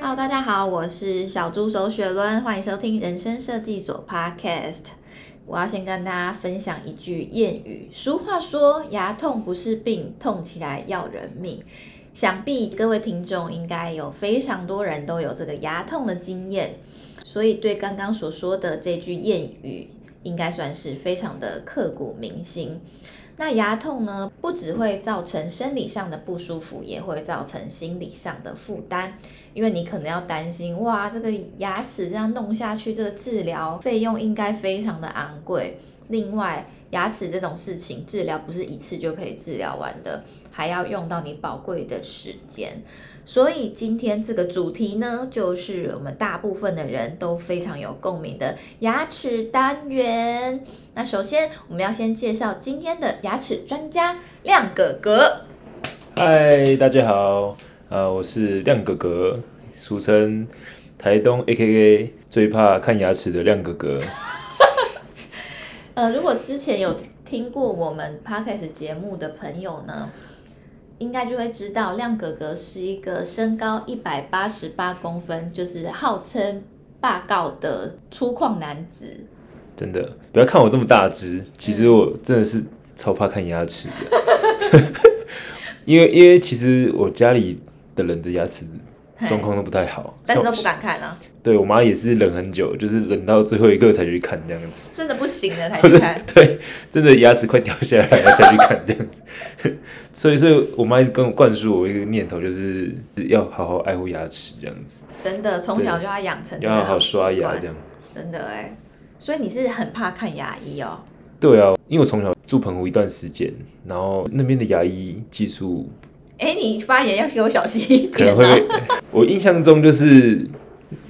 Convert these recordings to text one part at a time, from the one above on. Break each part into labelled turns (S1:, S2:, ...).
S1: Hello，大家好，我是小助手雪伦，欢迎收听人生设计所 Podcast。我要先跟大家分享一句谚语，俗话说“牙痛不是病，痛起来要人命”。想必各位听众应该有非常多人都有这个牙痛的经验，所以对刚刚所说的这句谚语，应该算是非常的刻骨铭心。那牙痛呢，不只会造成生理上的不舒服，也会造成心理上的负担，因为你可能要担心，哇，这个牙齿这样弄下去，这个治疗费用应该非常的昂贵。另外，牙齿这种事情治疗不是一次就可以治疗完的，还要用到你宝贵的时间。所以今天这个主题呢，就是我们大部分的人都非常有共鸣的牙齿单元。那首先，我们要先介绍今天的牙齿专家亮哥哥。
S2: 嗨，大家好，啊，我是亮哥哥，俗称台东 A K A 最怕看牙齿的亮哥哥。
S1: 呃，如果之前有听过我们 podcast 节目的朋友呢，应该就会知道亮哥哥是一个身高一百八十八公分，就是号称霸道的粗犷男子。
S2: 真的，不要看我这么大只，其实我真的是超怕看牙齿的。 因为因为其实我家里的人的牙齿状况都不太好，
S1: 但是都不
S2: 像
S1: 敢看啊，
S2: 我对我妈也是忍很久，就是忍到最后一个才去看这样子。
S1: 真的不行了 才去看。
S2: 对，真的牙齿快掉下来了才去看这样子。 所以，所以我妈一直跟我灌输我一个念头，就是要好好爱护牙齿这样子，
S1: 真的，从小就要养成这
S2: 要
S1: 个
S2: 好好刷
S1: 习
S2: 牙
S1: 惯
S2: 这样。
S1: 真的哎，所以你是很怕看牙医哦。
S2: 对啊，因为我从小住澎湖一段时间，然后那边的牙医技术
S1: 哎，你发言要给我小心一
S2: 可
S1: 点
S2: 能会
S1: 哦，
S2: 被，我印象中就是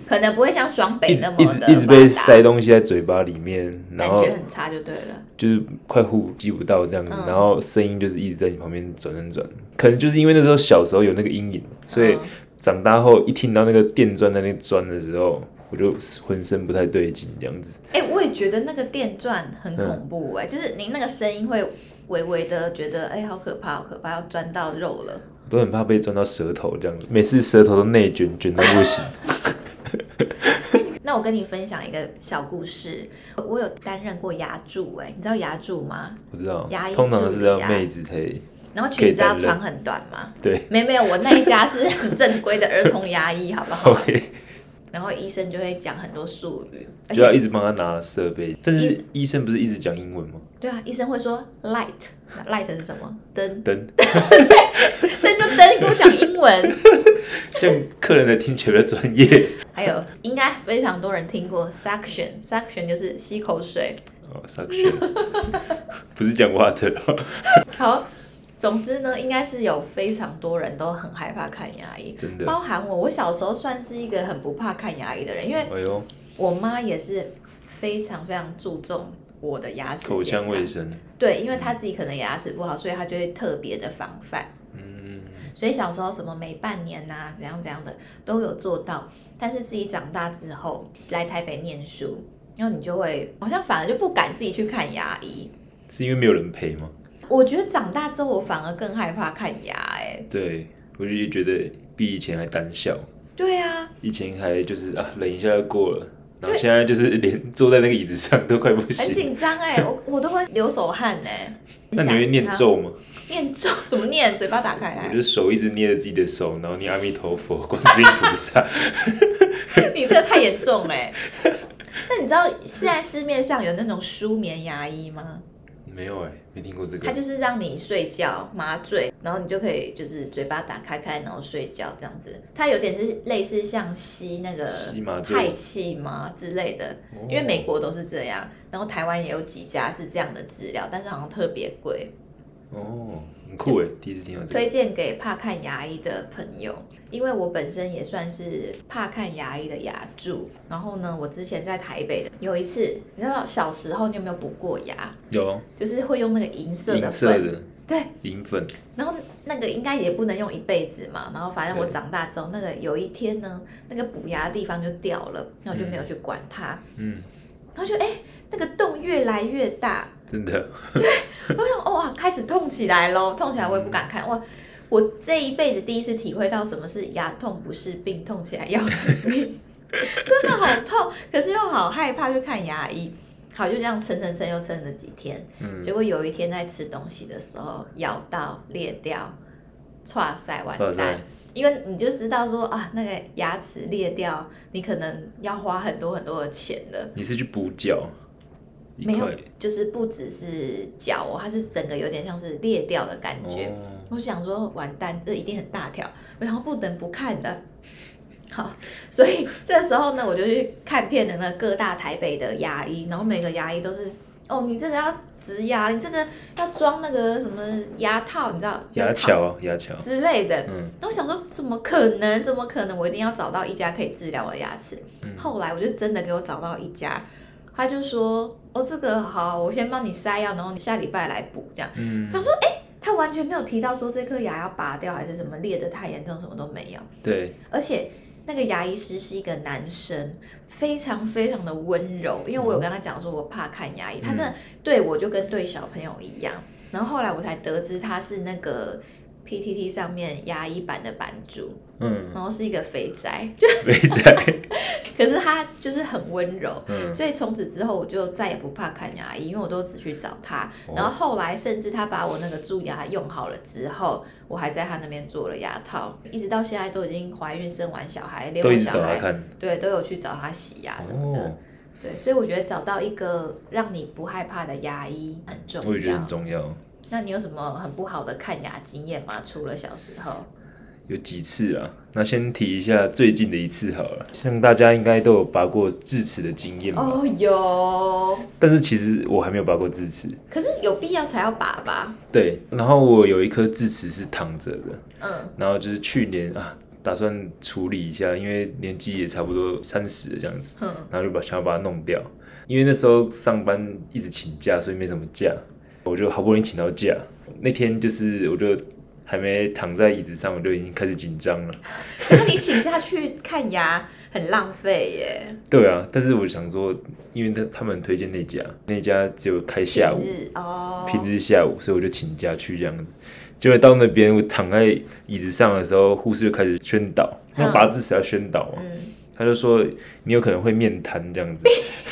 S1: 可能不会像双
S2: 一
S1: 北
S2: 直
S1: 那
S2: 一
S1: 么
S2: 直
S1: 的
S2: 一直被
S1: 发达
S2: 塞东西在嘴巴里面，然
S1: 感
S2: 后
S1: 觉很差就对了。
S2: 就是快呼吸不到这样子，
S1: 嗯
S2: 然后声音就是一直在你旁边转转转，可能就是因为那时候小时候有那个阴影，所以
S1: 嗯
S2: 长大后一听到那个电钻在那边钻的时候，我就浑身不太对劲这样子。
S1: 哎、我也觉得那个电钻很
S2: 嗯
S1: 恐怖哎、就是您那个声音会微微的觉得，哎、好可怕，好可怕，要钻到肉了。
S2: 我都很怕被钻到舌头这样子，每次舌头都内卷卷到 不行。
S1: 那我跟你分享一个小故事，我有担任过牙助哎、你知道牙助吗？
S2: 我知道
S1: 牙医，
S2: 通常是要
S1: 助理啊
S2: 妹子才
S1: 然后裙子要
S2: 可以担
S1: 穿
S2: 任
S1: 很短吗？
S2: 对。
S1: 没没有，我那一家是很正规的儿童牙医，好不 好？
S2: OK，
S1: 然后医生就会讲很多术语，而
S2: 就要一
S1: 且
S2: 直帮他拿设备。但是医生不是一直讲英文吗？
S1: 对啊，医生会说 light light 是什么？灯
S2: 灯，
S1: 灯就灯，你给我讲英文。
S2: 这样客人才听起来比较专业。
S1: 还有应该非常多人听过 suction suction 就是吸口水，
S2: 哦，suction，不是讲 water 哦。
S1: 好，总之呢，应该是有非常多人都很害怕看牙医，
S2: 真的。
S1: 包含我。我小时候算是一个很不怕看牙医的人，因为
S2: 哎呦，
S1: 我妈也是非常非常注重我的牙齿
S2: 口
S1: 健
S2: 腔
S1: 康
S2: 卫。生，
S1: 对，因为她自己可能牙齿不好，所以她就会特别的防范。
S2: 嗯，
S1: 所以小时候什么每半年呐、怎样怎样的都有做到，但是自己长大之后来台北念书，然后你就会好像反而就不敢自己去看牙医。
S2: 是因为没有人陪吗？
S1: 我觉得长大之后我反而更害怕看牙、哎，
S2: 对，我就觉得比以前还胆小，
S1: 对啊，
S2: 以前还就是啊，忍一下就过了，然后
S1: 对
S2: 现在就是连坐在那个椅子上都快不
S1: 很
S2: 行。
S1: 紧张哎，我我都会流手汗哎、
S2: 那你会念咒吗？
S1: 念咒 怎么念？嘴巴打开
S2: 我
S1: 来
S2: 就，手一直捏着自己的手，然后念阿弥陀佛、观世音菩萨。
S1: 你这个太严重了、哎 那你知道现在市面上有那种舒眠牙医吗？
S2: 没有哎、没听过这
S1: 它
S2: 个。
S1: 就是让你睡觉麻醉，然后你就可以就是嘴巴打开开，然后睡觉这样子。它有点是类似像吸那个
S2: 吸麻醉
S1: 氦气嘛之类的，
S2: 哦
S1: 因为美国都是这样，然后台湾也有几家是这样的治疗，但是好像特别贵，
S2: 哦，很酷哎、第一次听到这个。
S1: 推荐给怕看牙医的朋友。因为我本身也算是怕看牙医的牙柱，然后呢，我之前在台北的有一次，你知道小时候你有没有补过牙？
S2: 有
S1: 就是会用那个银色的
S2: 银色
S1: 粉，
S2: 的
S1: 对，
S2: 银粉，
S1: 然后那个应该也不能用一辈子嘛，然后反正我
S2: 对
S1: 长大之后，那个有一天呢，那个补牙的地方就掉了，那我就没有去管它，
S2: 嗯，
S1: 然后就哎、那个洞越来越大，
S2: 真的
S1: 哦我想哇开始痛起来喽，痛起来我也不敢看哇，我这一辈子第一次体会到什么是牙痛不是病，痛起来要 命，真的好痛，可是又好害怕去看牙医。好，就这样撑撑撑，又撑了几天。
S2: 嗯，
S1: 结果有一天在吃东西的时候咬到裂掉，哇塞，完
S2: 哇
S1: 蛋
S2: 塞！
S1: 因为你就知道说啊，那个牙齿裂掉，你可能要花很多很多的钱的。
S2: 你是去补脚，一
S1: 没有
S2: 块，
S1: 就是不只是脚哦，它是整个有点像是裂掉的感觉。
S2: 哦，
S1: 我想说，完蛋，这一定很大条，然后不能不看的。好，所以这时候呢，我就去看遍了那各大台北的牙医，然后每个牙医都是，哦，你这个要植牙，你这个要装那个什么牙套，你知道，
S2: 牙
S1: 就是套
S2: 桥啊，牙桥，
S1: 之类的。
S2: 嗯，
S1: 然后我想说，怎么可能？怎么可能？我一定要找到一家可以治疗我的牙齿。
S2: 嗯
S1: 后来我就真的给我找到一家，他就说：“哦，这个好，我先帮你塞药，然后你下礼拜来补。”这样，
S2: 嗯
S1: 他，说：“哎、他完全没有提到说这颗牙要拔掉还是什么裂的太严重，什么都没有。
S2: 对，
S1: 而且那个牙医师是一个男生，非常非常的温柔，因为我有跟他讲说我怕看牙医，他真的对我就跟对小朋友一样。然后后来我才得知他是那个 PTT 上面牙医版的版主，
S2: 嗯，
S1: 然后是一个肥宅，就
S2: 没在，
S1: 可是他就是很温柔。
S2: 嗯，
S1: 所以从此之后，我就再也不怕看牙医，因为我都只去找他。
S2: 哦
S1: 然后后来，甚至他把我那个蛀牙用好了之后，我还在他那边做了牙套，一直到现在都已经怀孕生完小孩，连
S2: 哦都
S1: 我
S2: 一直
S1: 小
S2: 找他
S1: 孩
S2: 看，
S1: 对都有去找他洗牙什么的。
S2: 哦，
S1: 对，所以我觉得找到一个让你不害怕的牙医很重
S2: 我也觉得
S1: 要
S2: 很。重要。
S1: 那你有什么很不好的看牙经验吗？除了小时候，
S2: 有几次啊？那先提一下最近的一次好了，像大家应该都有拔过智齿的经验吧？
S1: 哦有，
S2: 但是其实我还没有拔过智齿。
S1: 可是有必要才要拔吧？
S2: 对，然后我有一颗智齿是躺着的，
S1: 嗯
S2: 然后就是去年啊，打算处理一下，因为年纪也差不多三十了这样子，
S1: 哼。
S2: 然后就把想要把它弄掉。因为那时候上班一直请假，所以没什么假，我就好不容易请到假。那天就是我就还没躺在椅子上，我就已经开始紧张了。
S1: 那你请假去看牙很浪费耶。
S2: 对啊，但是我想说，因为他他们推荐那家，那家只有开下午
S1: 平，日哦，
S2: 平日下午，所以我就请假去这样子。结果到那边，我躺在椅子上的时候，护士就开始宣导，
S1: 嗯
S2: 那拔智齿要宣导嘛，
S1: 嗯，
S2: 他就说你有可能会面瘫这样 子，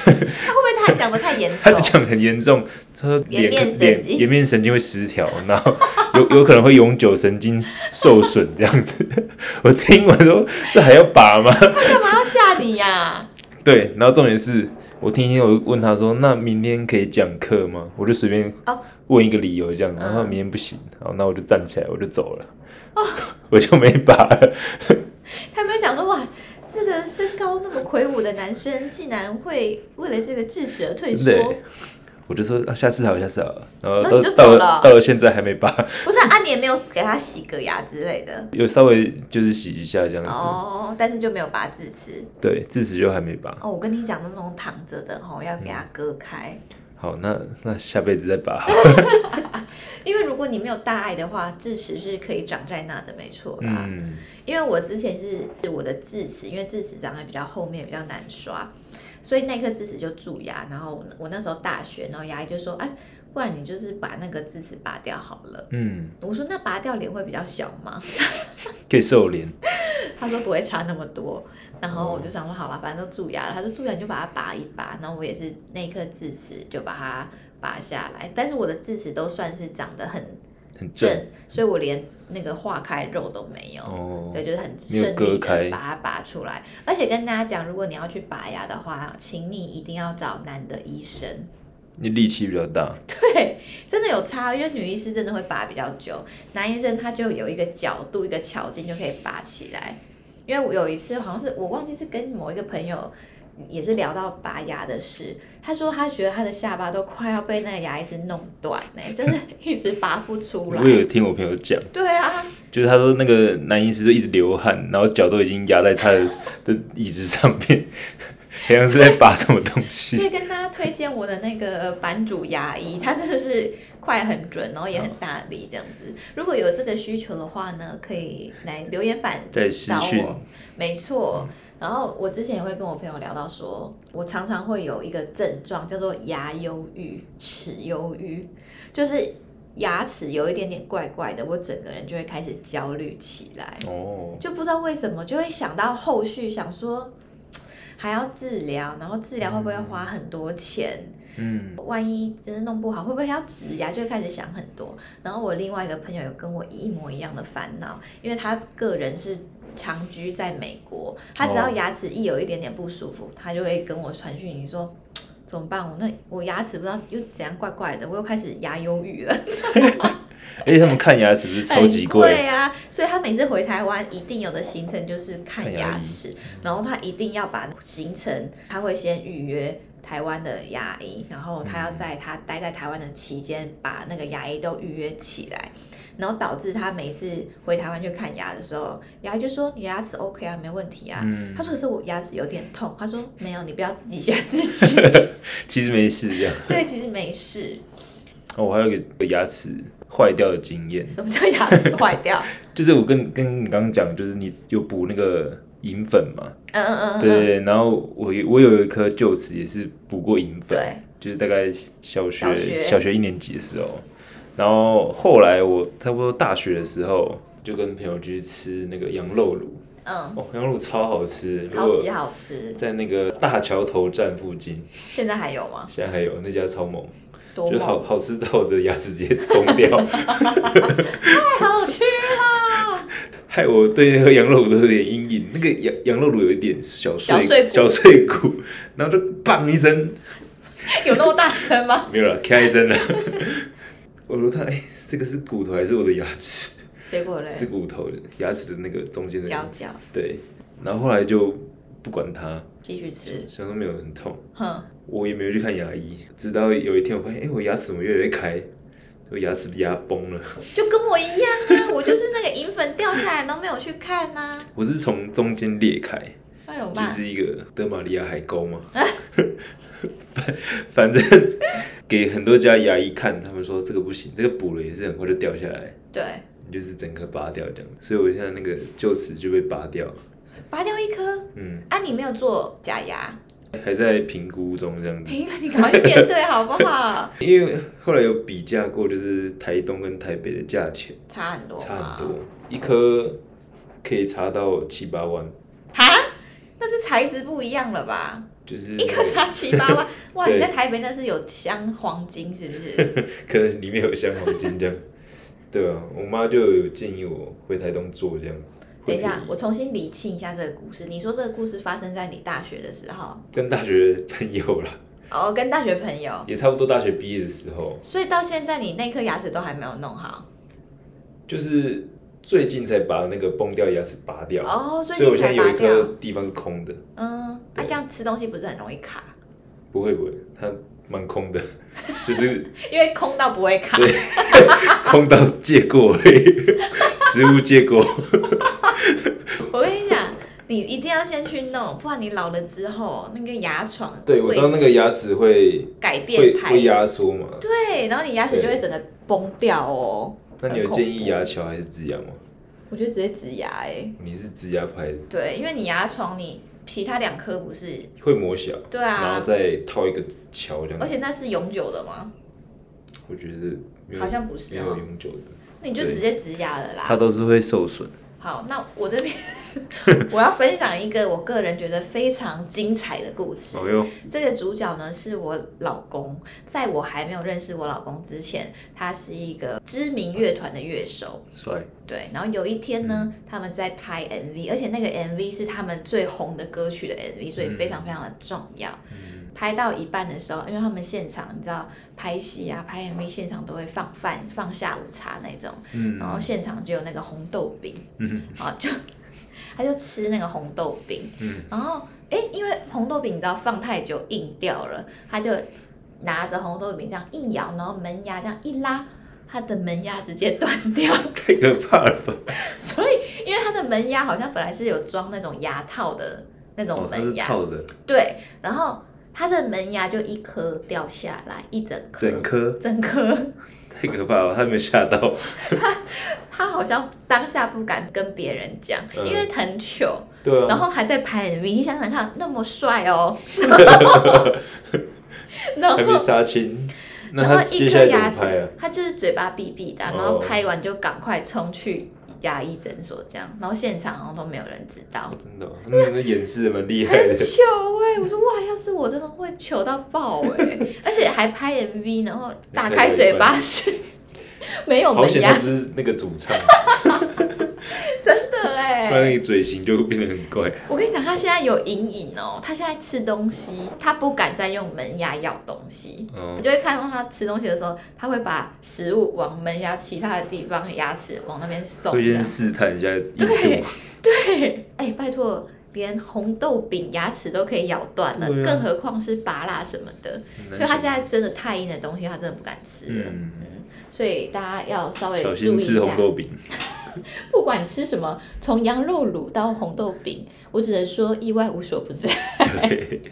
S1: 他会不会太讲的太严
S2: 他
S1: 重
S2: 就？讲很严重，他说
S1: 颜
S2: 脸
S1: 面神
S2: 脸
S1: 经
S2: 颜面神经会失调，然后有有可能会永久神经受损这样子。 我听完说这还要拔吗？
S1: 他干嘛要吓你呀、
S2: 对，然后重点是我听一听，我就问他说：“那明天可以讲课吗？”我就随便
S1: 哦
S2: 问一个理由这样，然后他说
S1: 嗯哦
S2: 明天不行，好，那我就站起来，我就走了， 我就没拔了。
S1: 他有没有想说哇，这个身高那么魁梧的男生，竟然会为了这个智齿而退
S2: 真
S1: 缩
S2: 的？耶，我就说、啊、下次好，下次好，然后
S1: 然
S2: 到
S1: 后你就
S2: 到
S1: 走了
S2: 到了现在还没拔，
S1: 不是啊，啊你也没有给他洗个牙之类的
S2: 有稍微就是洗一下这样子，
S1: 哦，但是就没有拔智齿
S2: 对，智齿就还没拔。
S1: 哦。我跟你讲，那种躺着的吼、要给它割开，
S2: 好，那那下辈子再 拔好。
S1: 因为如果你没有大碍的话，智齿是可以长在那的，没错啦。
S2: 嗯，
S1: 因为我之前是是我的智齿，因为智齿长在比较后面，比较难刷，所以那颗智齿就蛀牙。然后我那时候大学，然后牙医就说：“哎、不然你就是把那个智齿拔掉好了。
S2: 嗯，”
S1: 我说：“那拔掉脸会比较小吗
S2: 可以瘦脸，？”
S1: 他说：“不会差那么多。”然后我就想说：“好吧，反正都蛀牙了。”他说：“蛀牙你就把它拔一拔。”然后我也是那颗智齿就把它拔下来，但是我的智齿都算是长得很
S2: 很
S1: 正，
S2: 正
S1: 所以我连那个化开肉都没有。
S2: 哦。
S1: 对，就是很
S2: 没有
S1: 顺
S2: 割
S1: 利
S2: 开
S1: 的把它拔出来。而且跟大家讲，如果你要去拔牙的话，请你一定要找男的医生。
S2: 你力气比较大，
S1: 对，真的有差，哦因为女医师真的会拔比较久，男医生他就有一个角度、一个巧劲就可以拔起来。因为我有一次好像是我忘记是跟某一个朋友也是聊到拔牙的事，他说他觉得他的下巴都快要被那个牙医师弄断呢、就是 一直拔不出
S2: 我有
S1: 来。
S2: 听我朋友讲。
S1: 对啊，
S2: 就是他说那个男医师就一直流汗，然后脚都已经压在他的 的椅子上面， 好像是在拔什么东
S1: 所
S2: 西。
S1: 以跟大家推荐我的那个版主牙医，他真的是快很准，然后也很大力这样子。如果有这个需求的话呢，可以来留言板
S2: 在私
S1: 找
S2: 讯
S1: 我。没错，然后我之前也会跟我朋友聊到说，我常常会有一个症状叫做牙忧郁、齿忧郁，就是牙齿有一点点怪怪的，我整个人就会开始焦虑起来，
S2: 哦，
S1: 就不知道为什么，就会想到后续，想说还要治疗，然后治疗会不会花很多钱？
S2: 嗯，
S1: 万一真的弄不好，会不会要植牙？就会开始想很多。然后我另外一个朋友有跟我一模一样的烦恼，因为他个人是长居在美国，他只要
S2: 哦
S1: 牙齿一有一点点不舒服，他就会跟我传讯息说。怎么办？我那我牙齿不知道又怎样怪怪的，我又开始牙忧郁了，
S2: 而且他们看牙齿不是超级
S1: 很贵
S2: 贵，
S1: 啊！所以他每次回台湾一定有的行程就是看
S2: 看牙
S1: 牙
S2: 医
S1: 齿，然后他一定要把行程，他会先预约台湾的牙医，然后他要在他待在台湾的期间把那个牙医都预约起来，然后导致他每次回台湾去看牙的时候，牙医就说你牙齿 OK 啊，没问题啊。
S2: 嗯
S1: 他，说可是我牙齿有点痛，他说没有，你不要自己吓自己。
S2: 其实没事这样。
S1: 对，其实没事。
S2: 哦，我还有一个牙齿坏掉的经验，
S1: 什么叫牙齿坏掉？
S2: 就是我跟跟你刚刚讲，就是你有补那个银粉嘛，
S1: 嗯嗯嗯嗯，
S2: 对，然后我我有一颗臼齿也是补过银粉，
S1: 对，
S2: 就是大概小学
S1: 小学
S2: 一年级的时候，然后后来我差不多大学的时候，就跟朋友去吃那个羊肉卤，
S1: 嗯，
S2: 哦，羊肉卤超好吃，
S1: 超
S2: 如
S1: 级
S2: 果
S1: 好吃。
S2: 在那个大桥头站附近，
S1: 现在还有吗？
S2: 现在还有那家超猛，
S1: 多
S2: 就好
S1: 猛，
S2: 好吃到我的牙齿直接崩掉，
S1: 太好吃啦！
S2: 害我对喝羊肉卤都有点阴影。那个羊羊肉卤有一点小碎
S1: 小碎骨
S2: 小碎骨，然后就砰一声，
S1: 有那么大声吗？
S2: 没有了，开针了。我都看，哎、这个是骨头还是我的牙齿？
S1: 结果嘞，
S2: 是骨头的牙齿的那个中间的。
S1: 嚼嚼，
S2: 对，然后后来就不管它，
S1: 继续吃，
S2: 想说没有很痛，
S1: 哼，
S2: 我也没有去看牙医。直到有一天，我发现，哎、我牙齿怎么越来越开？我牙齿压崩了。
S1: 就跟我一样 啊，我就是那个银粉掉下来，然后没有去看啊呐、
S2: 我是从中间裂开，
S1: 那怎么
S2: 就
S1: 办？
S2: 是一个德玛利亚海沟嘛。 反反正给很多家牙医看，他们说这个不行，这个补了也是很快就掉下来。
S1: 对，
S2: 就是整颗拔掉这样，所以我现在那个臼齿就被拔掉，
S1: 拔掉一颗，
S2: 嗯，
S1: 啊，你没有做假牙，还
S2: 在评估中这样子。
S1: 平，你赶快去面对好不 好？
S2: 因为后来有比价过，就是台东跟台北的价钱
S1: 差很多，
S2: 差很。多，一颗可以差到七八万，
S1: 哈，那是材质不一样了吧？
S2: 就是
S1: 一颗差七八万，哇！你
S2: 对
S1: 在台北那是有镶黄金是不 是？
S2: 可能里面有镶黄金这样。 对啊，我妈就有建议我回台东做这样子。
S1: 等一下，
S2: 会
S1: 我重新理清一下这个故事。你说这个故事发生在你大学的时候，
S2: 跟大学朋友啦，
S1: 哦，跟大学朋友，
S2: 也差不多大学毕业的时候，
S1: 所以到现在你那颗牙齿都还没有弄好
S2: 就是最近才把那个崩掉的牙齿拔掉。
S1: 哦，最
S2: 所以我
S1: 近
S2: 现在
S1: 才
S2: 有
S1: 拔
S2: 一
S1: 掉。
S2: 颗地方是空的，
S1: 嗯，那、这样吃东西不是很容易卡，
S2: 不会不会，它蛮空的， 就是
S1: 因为空到不会卡。
S2: 对空到借过而已， 食物借 过。
S1: 我跟你讲，你一定要先去弄，不然你老了之后那个牙床
S2: 对，我知道
S1: 会
S2: 那个牙齿会
S1: 改变
S2: 会会
S1: 排。
S2: 压缩嘛。
S1: 对，然后你牙齿就会整个崩掉哦。
S2: 那你有
S1: 很恐
S2: 建议牙桥还是植牙吗？
S1: 我觉得直接植牙哎、
S2: 你是植牙派的，
S1: 对，因为你牙床你其他两颗不是，
S2: 会磨小，
S1: 对
S2: 然
S1: 啊
S2: 后，再套一个桥这
S1: 而
S2: 样。
S1: 且那是永久的吗？
S2: 我觉得没有
S1: 好像不
S2: 没
S1: 是
S2: 有
S1: 哦，
S2: 永久的，
S1: 那你就
S2: 对
S1: 直接植牙了啦。
S2: 都是会受损。
S1: 好，那我这边我要分享一个我个人觉得非常精彩的故事。
S2: 哦哟，
S1: 这个主角呢是我老公，在我还没有认识我老公之前，他是一个知名乐团的乐手。
S2: 帅，
S1: 对，然后有一天呢，
S2: 嗯
S1: 他们在拍 MV，而且那个 MV 是他们最红的歌曲的 MV，所以非常非常的重要。
S2: 嗯
S1: 拍到一半的时候，因为他们现场你知道拍戏啊、拍 MV 现场都会放饭、放下午茶那种，
S2: 嗯
S1: 然后现场就有那个红豆饼，
S2: 嗯
S1: 啊，就他就吃那个红豆饼，
S2: 嗯
S1: 然后哎、诶因为红豆饼你知道放太久硬掉了，他就拿着红豆饼这样一咬，然后门牙这样一拉，他的门牙直接断掉，
S2: 太可怕了吧？
S1: 所以因为他的门牙好像本来是有装那种牙套的那种
S2: 哦，它是
S1: 门牙，
S2: 套的，
S1: 对，然后他的门牙就一颗掉下来，一整颗，
S2: 整颗，
S1: 整颗。
S2: 太可怕了，他没有吓到。
S1: 他好像当下不敢跟别人讲，
S2: 嗯
S1: 因为很糗，
S2: 对啊，
S1: 然后还在拍 MV，你想想 看，那么帅哦，然
S2: 还没
S1: 后
S2: 杀青，那
S1: 然后
S2: 他
S1: 一
S2: 接下
S1: 颗
S2: 来怎
S1: 牙
S2: 么
S1: 齿
S2: 拍啊？，
S1: 他就是嘴巴闭闭的啊，然后
S2: 哦
S1: 拍完就赶快冲去牙医诊所这样，然后现场好像都没有人知 道。
S2: 真的哦，那那演示得蛮厉害的
S1: 很。糗哎、我说哇，要是我真的会糗到爆哎、 而且还拍 MV，然后打开嘴巴是没有
S2: 好
S1: 门
S2: 险
S1: 牙
S2: 他，不是那个主 唱，
S1: 真的哎、
S2: 不然你嘴型就会变得很怪。
S1: 我跟你讲，他现在有隐隐哦，他现在吃东西，他不敢再用门牙咬东西。
S2: 哦
S1: 我，就会看到他吃东西的时候，他会把食物往门牙其他的地方牙齿往那边送
S2: 会
S1: 这
S2: 先
S1: 样。
S2: 试探一下硬
S1: 对
S2: 度，
S1: 对， 哎、拜托，连红豆饼牙齿都可以咬断了，
S2: 对啊
S1: 更何况是拔蜡什么的。所以他现在真的太硬的东西，他真的不敢吃了。
S2: 嗯，
S1: 所以大家要稍微
S2: 小
S1: 注意
S2: 心
S1: 一
S2: 吃红
S1: 下，
S2: 豆饼。
S1: 不管吃什么，从羊肉卤到红豆饼，我只能说意外无所不在。
S2: 对，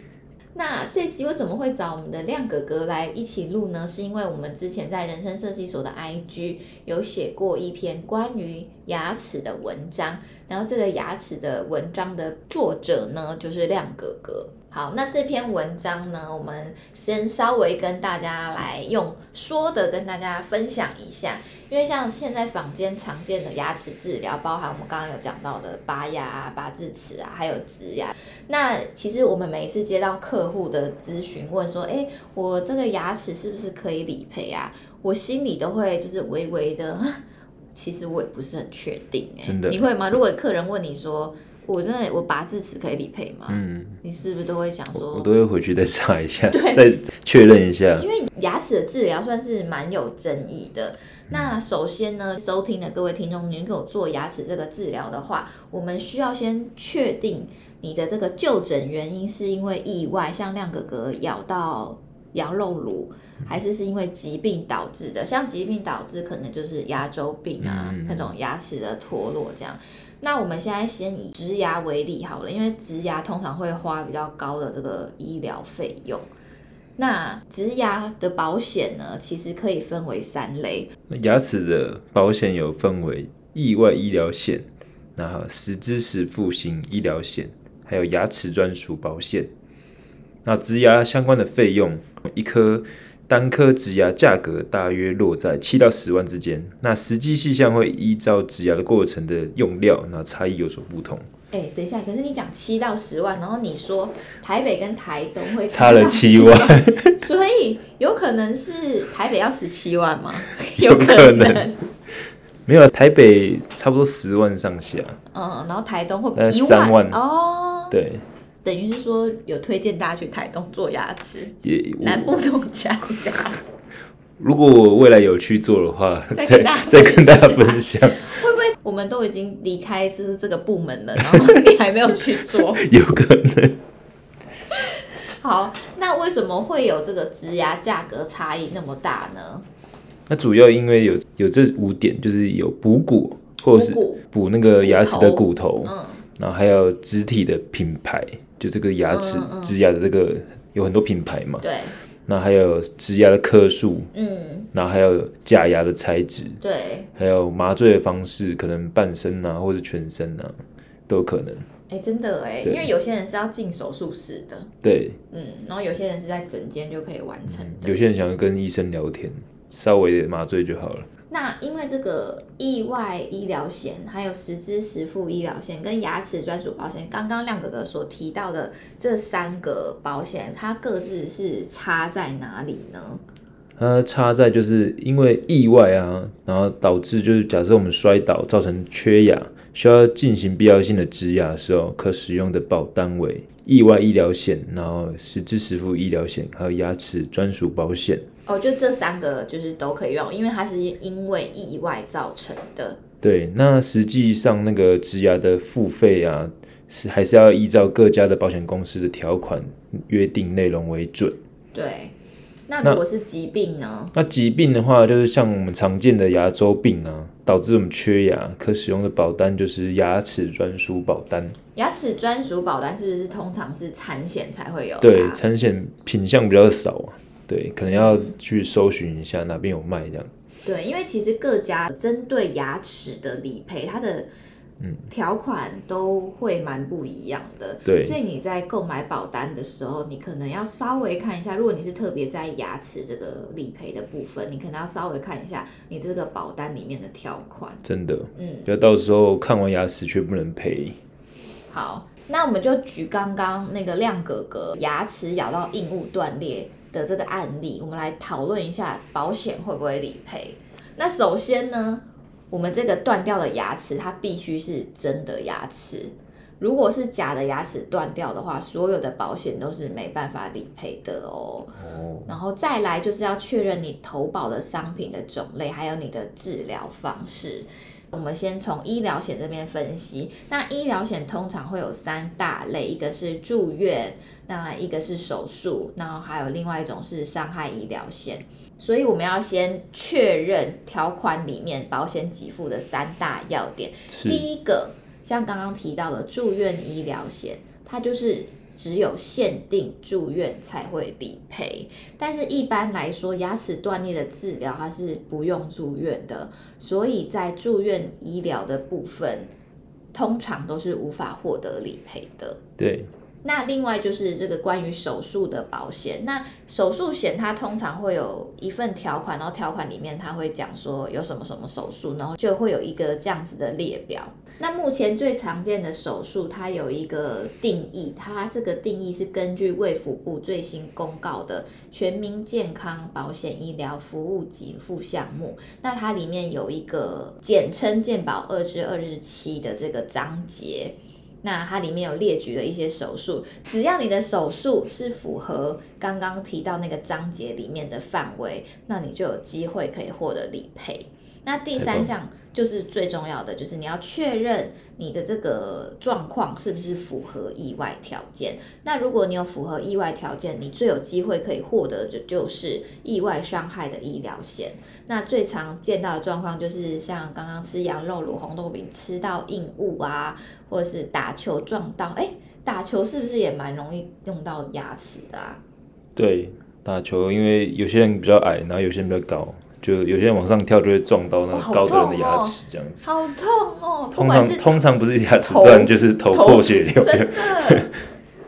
S1: 那这集为什么会找我们的亮哥哥来一起录呢？是因为我们之前在人生设计所的 IG 有写过一篇关于牙齿的文章，然后这个牙齿的文章的作者呢就是亮哥哥。好，那这篇文章呢，我们先稍微跟大家来用说的跟大家分享一下，因为像现在坊间常见的牙齿治疗，包含我们刚刚有讲到的拔牙、啊、拔智齿啊，还有植牙那其实我们每一次接到客户的咨询，问说，哎，我这个牙齿是不是可以理赔啊？我心里都会就是微微的， 其实我也不是很确定、欸诶
S2: 真的
S1: 你会吗？如果客人问你说，我真的我拔智齿可以理赔吗？
S2: 嗯，
S1: 你是不是都会想
S2: 我
S1: 说
S2: 都？会回去再查一下，
S1: 对
S2: 再确认一下
S1: 因。为牙齿的治疗算是蛮有争议
S2: 嗯
S1: 的。那首先呢，收听的各位听众，您有做牙齿这个治疗的话，我们需要先确定你的这个就诊原因是因为意外，像亮哥哥咬到羊肉炉，
S2: 嗯
S1: 还是是因为疾病导致的？像疾病导致可能就是牙周病啊，
S2: 嗯
S1: 那种牙齿的脱落这样。那我们现在先以植牙为例好了，因为植牙通常会花比较高的这个医疗费用。那植牙的保险呢，其实可以分为三类。
S2: 那牙齿的保险有分为意外医疗险，然后实支实付型医疗险，还有牙齿专属保险。那植牙相关的费用，一颗单颗植牙价格大约落在七到十万之间。那实际细项会依照植牙的过程的用料，那差异有所不同，
S1: 哎、等一下，可是你讲七到十万，然后你说台北跟台东会
S2: 差了
S1: 七
S2: 七万，
S1: 所以有可能是台北要十七万 吗？
S2: 有
S1: 可
S2: 可能没有台北差不多十万上下，
S1: 嗯，然后台东
S2: 大概
S1: 会一
S2: 3万呃
S1: 哦，
S2: 对，
S1: 等于是说有推荐大家去台东做牙齿，
S2: 也我
S1: 南部种假牙，
S2: 如果我未来有去做的话，
S1: 再
S2: 再
S1: 跟大家
S2: 再跟大家
S1: 分
S2: 分享，
S1: 会不 会我们都已经离开就是这个部门了，然后你还没有去 做？
S2: 有可能。
S1: 好，那为什么会有这个植牙价格差异那么大呢？
S2: 那主要因为有有这五点，就是有补骨，或者是
S1: 补骨
S2: 补那个牙齿的骨头，
S1: 嗯，
S2: 然后还有肢体的品牌，就这个牙齿
S1: 嗯嗯嗯
S2: 植牙的这个有很多品牌嘛。
S1: 对，
S2: 那还有植牙的颗数，
S1: 嗯，
S2: 然后还有假牙的材质，
S1: 对。
S2: 还有麻醉的方式，可能半身啊，或者全身啊，都有可能。
S1: 哎、真的哎，因
S2: 对
S1: 为有些人是要进手术室的，
S2: 对，
S1: 嗯，然后有些人是在整间就可以完成的。
S2: 有些人想要跟医生聊天，稍微的麻醉就好了。
S1: 那因为这个意外医疗险，还有实支实付医疗险跟牙齿专属保险，刚刚亮哥哥所提到的这三个保险，它各自是差在哪里呢？
S2: 它差在就是因为意外啊，然后导致就是假设我们摔倒造成缺氧，需要进行必要性的植牙的时候，可使用的保单为意外医疗险，然后实支实付医疗险，还有牙齿专属保险。
S1: 哦，就这三个就是都可以用，因为它是因为意外造成的。
S2: 对，那实际上那个植牙的付费啊，是还是要依照各家的保险公司的条款约定内容为准。
S1: 对，那
S2: 那
S1: 如果是疾病呢？
S2: 那疾病的话，就是像我们常见的牙周病啊，导致我们缺牙，可使用的保单就是牙齿专属保单。
S1: 牙齿专属保单是不是通常是产险才会有的
S2: 对
S1: 啊、，
S2: 产险品相比较少啊，对，可能要去搜寻一下哪边有卖这样。
S1: 对，因为其实各家针对牙齿的理赔，它的
S2: 嗯
S1: 条款都会蛮不一样的。
S2: 对
S1: 所以你在购买保单的时候，你可能要稍微看一下，如果你是特别在意牙齿这个理赔的部分，你可能要稍微看一下你这个保单里面的条款。
S2: 真的，
S1: 嗯，
S2: 不要到时候看完牙齿却不能赔。
S1: 好，那我们就举刚刚那个亮哥哥牙齿咬到硬物断裂的这个案例，我们来讨论一下保险会不会理赔。那首先呢，我们这个断掉的牙齿，它必须是真的牙齿。如果是假的牙齿断掉的话，所有的保险都是没办法理赔的哦。
S2: 哦，
S1: 然后再来就是要确认你投保的商品的种类，还有你的治疗方式。我们先从医疗险这边分析。那医疗险通常会有三大类，一个是住院，那一个是手术，然后还有另外一种是伤害医疗险。所以我们要先确认条款里面保险给付的三大要点。
S2: 是
S1: 第一个，像刚刚提到的住院医疗险，它就是只有限定住院才会理赔，但是一般来说，牙齿断裂的治疗它是不用住院的，所以在住院医疗的部分，通常都是无法获得理赔的。
S2: 对，
S1: 那另外就是这个关于手术的保险，那手术险它通常会有一份条款，然后条款里面它会讲说有什么什么手术，然后就会有一个这样子的列表。那目前最常见的手术，它有一个定义，它这个定义是根据卫福部最新公告的《全民健康保险医疗服务给付项目》，那它里面有一个简称健保二至二十七的这个章节。那它里面有列举了一些手术，只要你的手术是符合刚刚提到那个章节里面的范围，那你就有机会可以获得理赔。那第
S2: 太
S1: 三
S2: 棒
S1: 项就是最重要的，就是你要确认你的这个状况是不是符合意外条件。那如果你有符合意外条件，你最有机会可以获得的就是意外伤害的医疗险。那最常见到的状况就是像刚刚吃羊肉卤红豆饼吃到硬物啊，或者是打球撞到，哎、打球是不是也蛮容易用到牙齿的啊？
S2: 对，打球因为有些人比较矮，然后有些人比较高，就有些人往上跳就会撞到那
S1: 哦好
S2: 个高的人的
S1: 痛
S2: 牙
S1: 哦
S2: 齿这样子。
S1: 好痛哦！不
S2: 通
S1: 管
S2: 常
S1: 是
S2: 通常不是牙齿
S1: 头
S2: 断，就是头
S1: 头
S2: 破血流。
S1: 真的。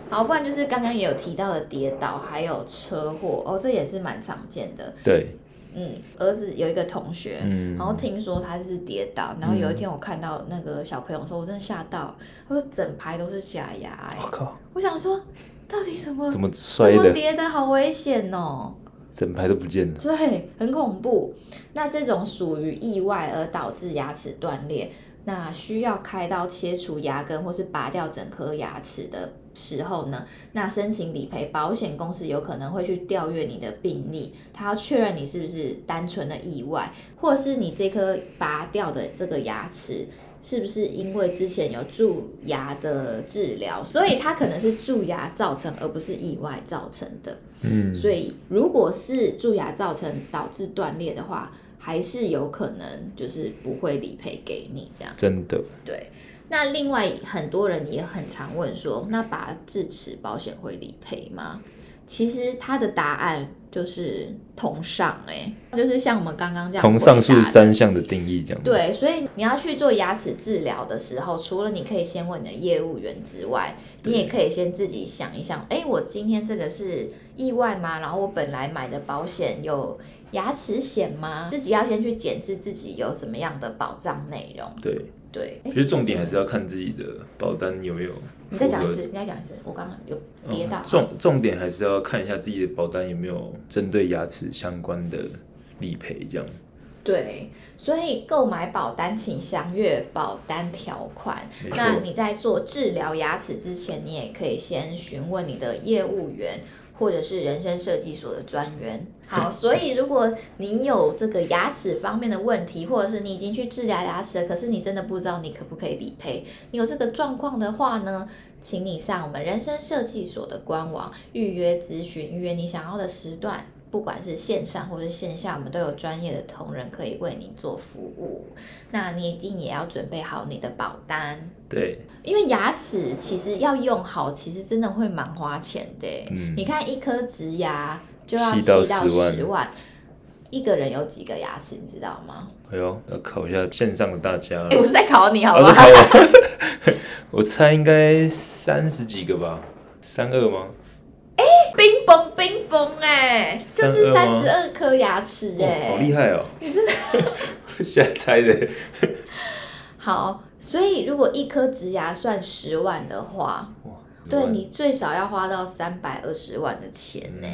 S1: 好，不然就是刚刚也有提到的跌倒，还有车祸哦，这也是蛮常见的。
S2: 对，
S1: 嗯，儿子有一个同学，
S2: 嗯
S1: 然后听说他是跌倒，然后有一天我看到那个小朋友的时候，我真的吓到，他说整排都是假牙、哎
S2: 我靠，
S1: 我想说到底怎么
S2: 哦怎
S1: 么
S2: 么摔的，
S1: 跌的好危险哦，
S2: 整排都不见了。
S1: 对，很恐怖。那这种属于意外而导致牙齿断裂，那需要开刀切除牙根或是拔掉整颗牙齿的时候呢，那申请理赔，保险公司有可能会去调阅你的病历，他要确认你是不是单纯的意外，或是你这颗拔掉的这个牙齿。是不是因为之前有蛀牙的治疗，所以它可能是蛀牙造成，而不是意外造成的？
S2: 嗯，
S1: 所以如果是蛀牙造成导致断裂的话，还是有可能就是不会理赔给你这样。
S2: 真的，
S1: 对，那另外很多人也很常问说，那拔智齿保险会理赔吗？其实它的答案就是同上、欸，就是像我们刚刚这样
S2: 同上述
S1: 回答的
S2: 三项的定义这样。，
S1: 对，所以你要去做牙齿治疗的时候，除了你可以先问你的业务员之外，你也可以先自己想一想，哎，我今天这个是意外吗？然后我本来买的保险有牙齿险吗？自己要先去检视自己有什么样的保障内容。
S2: 对，
S1: 对，诶
S2: 其实重点还是要看自己的保单有没有。
S1: 你再讲一次，你再讲一次，我刚刚有跌倒。
S2: 嗯重重点还是要看一下自己的保单有没有针对牙齿相关的理赔这样。
S1: 对，所以购买保单请详阅保单条款
S2: 没。错
S1: 那你在做治疗牙齿之前，你也可以先询问你的业务员或者是人生设计所的专员。 好，所以如果你有这个牙齿方面的问题，或者是你已经去治疗牙齿了，可是你真的不知道你可不可以理赔，你有这个状况的话呢，请你上我们人生设计所的官网预约咨询，预约你想要的时段。不管是线上或是线下，我们都有专业的同仁可以为你做服务。那你一定也要准备好你的保单，
S2: 对，
S1: 因为牙齿其实要用好，其实真的会蛮花钱的欸。
S2: 嗯
S1: 你看一颗植牙就要
S2: 7
S1: 七到
S2: 到
S1: 十
S2: 10万
S1: 万，一个人有几个牙齿，你知道吗？
S2: 哎呦，要考一下线上的大家了
S1: 哎、我是在考你，好
S2: 哦
S1: 吧？
S2: 在考我，我猜应该三十几个吧，三二吗？
S1: 冰崩冰崩，哎，就是
S2: 32
S1: 三
S2: 吗
S1: 十二颗牙齿、哎、
S2: 呃哦，好厉害哦！你 真的瞎猜的，
S1: 好，所以如果一颗植牙算十万的话，
S2: 哇！
S1: 对你最少要花到三百二十万的钱
S2: 嗯
S1: 呢、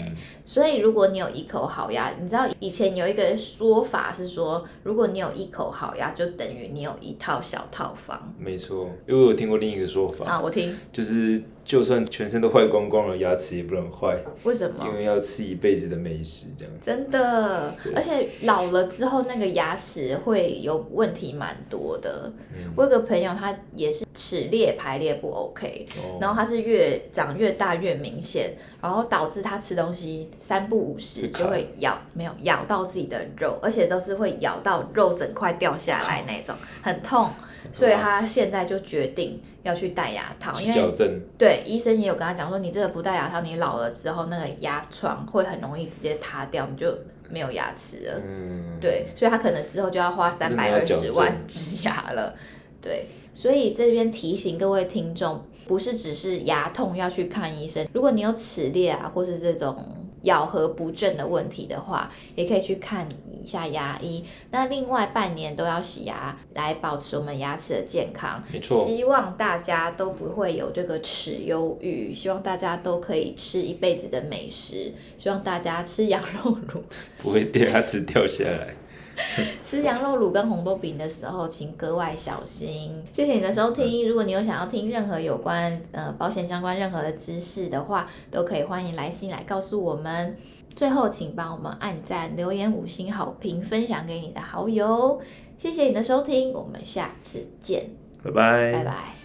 S1: 所以如果你有一口好牙，你知道以前有一个说法是说，如果你有一口好牙，就等于你有一套小套房
S2: 没错，因为我有听过另一个说法，
S1: 啊。我听
S2: 就是就算全身都坏光光了，牙齿也不能坏，
S1: 为什么
S2: 因？为要吃一辈子的美食这样。
S1: 真的，而且老了之后那个牙齿会有问题蛮多的。
S2: 嗯，
S1: 我有个朋友，他也是齿列排列不 OK，
S2: 哦
S1: 然后它是越长越大越明显，然后导致它吃东西三不五时
S2: 会卡
S1: 就会咬，没有咬到自己的肉，而且都是会咬到肉整块掉下来那种，很痛。所以他现在就决定要去戴牙套，因
S2: 哦去矫
S1: 为
S2: 正，
S1: 对医生也有跟他讲说，你这个不戴牙套，你老了之后那个牙床会很容易直接塌掉，你就没有牙齿了。
S2: 嗯，
S1: 对，所以他可能之后就要花三
S2: 真的
S1: 百
S2: 要
S1: 二
S2: 矫
S1: 十
S2: 正
S1: 万植牙了。对，所以这边提醒各位听众，不是只是牙痛要去看医生，如果你有齿列啊，或是这种咬合不正的问题的话，也可以去看一下牙医。那另外半年都要洗牙，来保持我们牙齿的健康。
S2: 没错，
S1: 希望大家都不会有这个齿忧郁，希望大家都可以吃一辈子的美食，希望大家吃羊肉炉
S2: 不会掉牙齿掉下来。
S1: 吃羊肉卤跟红豆饼的时候，请格外小心。谢谢你的收听。如果你有想要听任何有关呃保险相关任何的知识的话，都可以欢迎来信来告诉我们。最后，请帮我们按赞、留言、五星好评，分享给你的好友。谢谢你的收听，我们下次见，
S2: 拜
S1: 拜拜。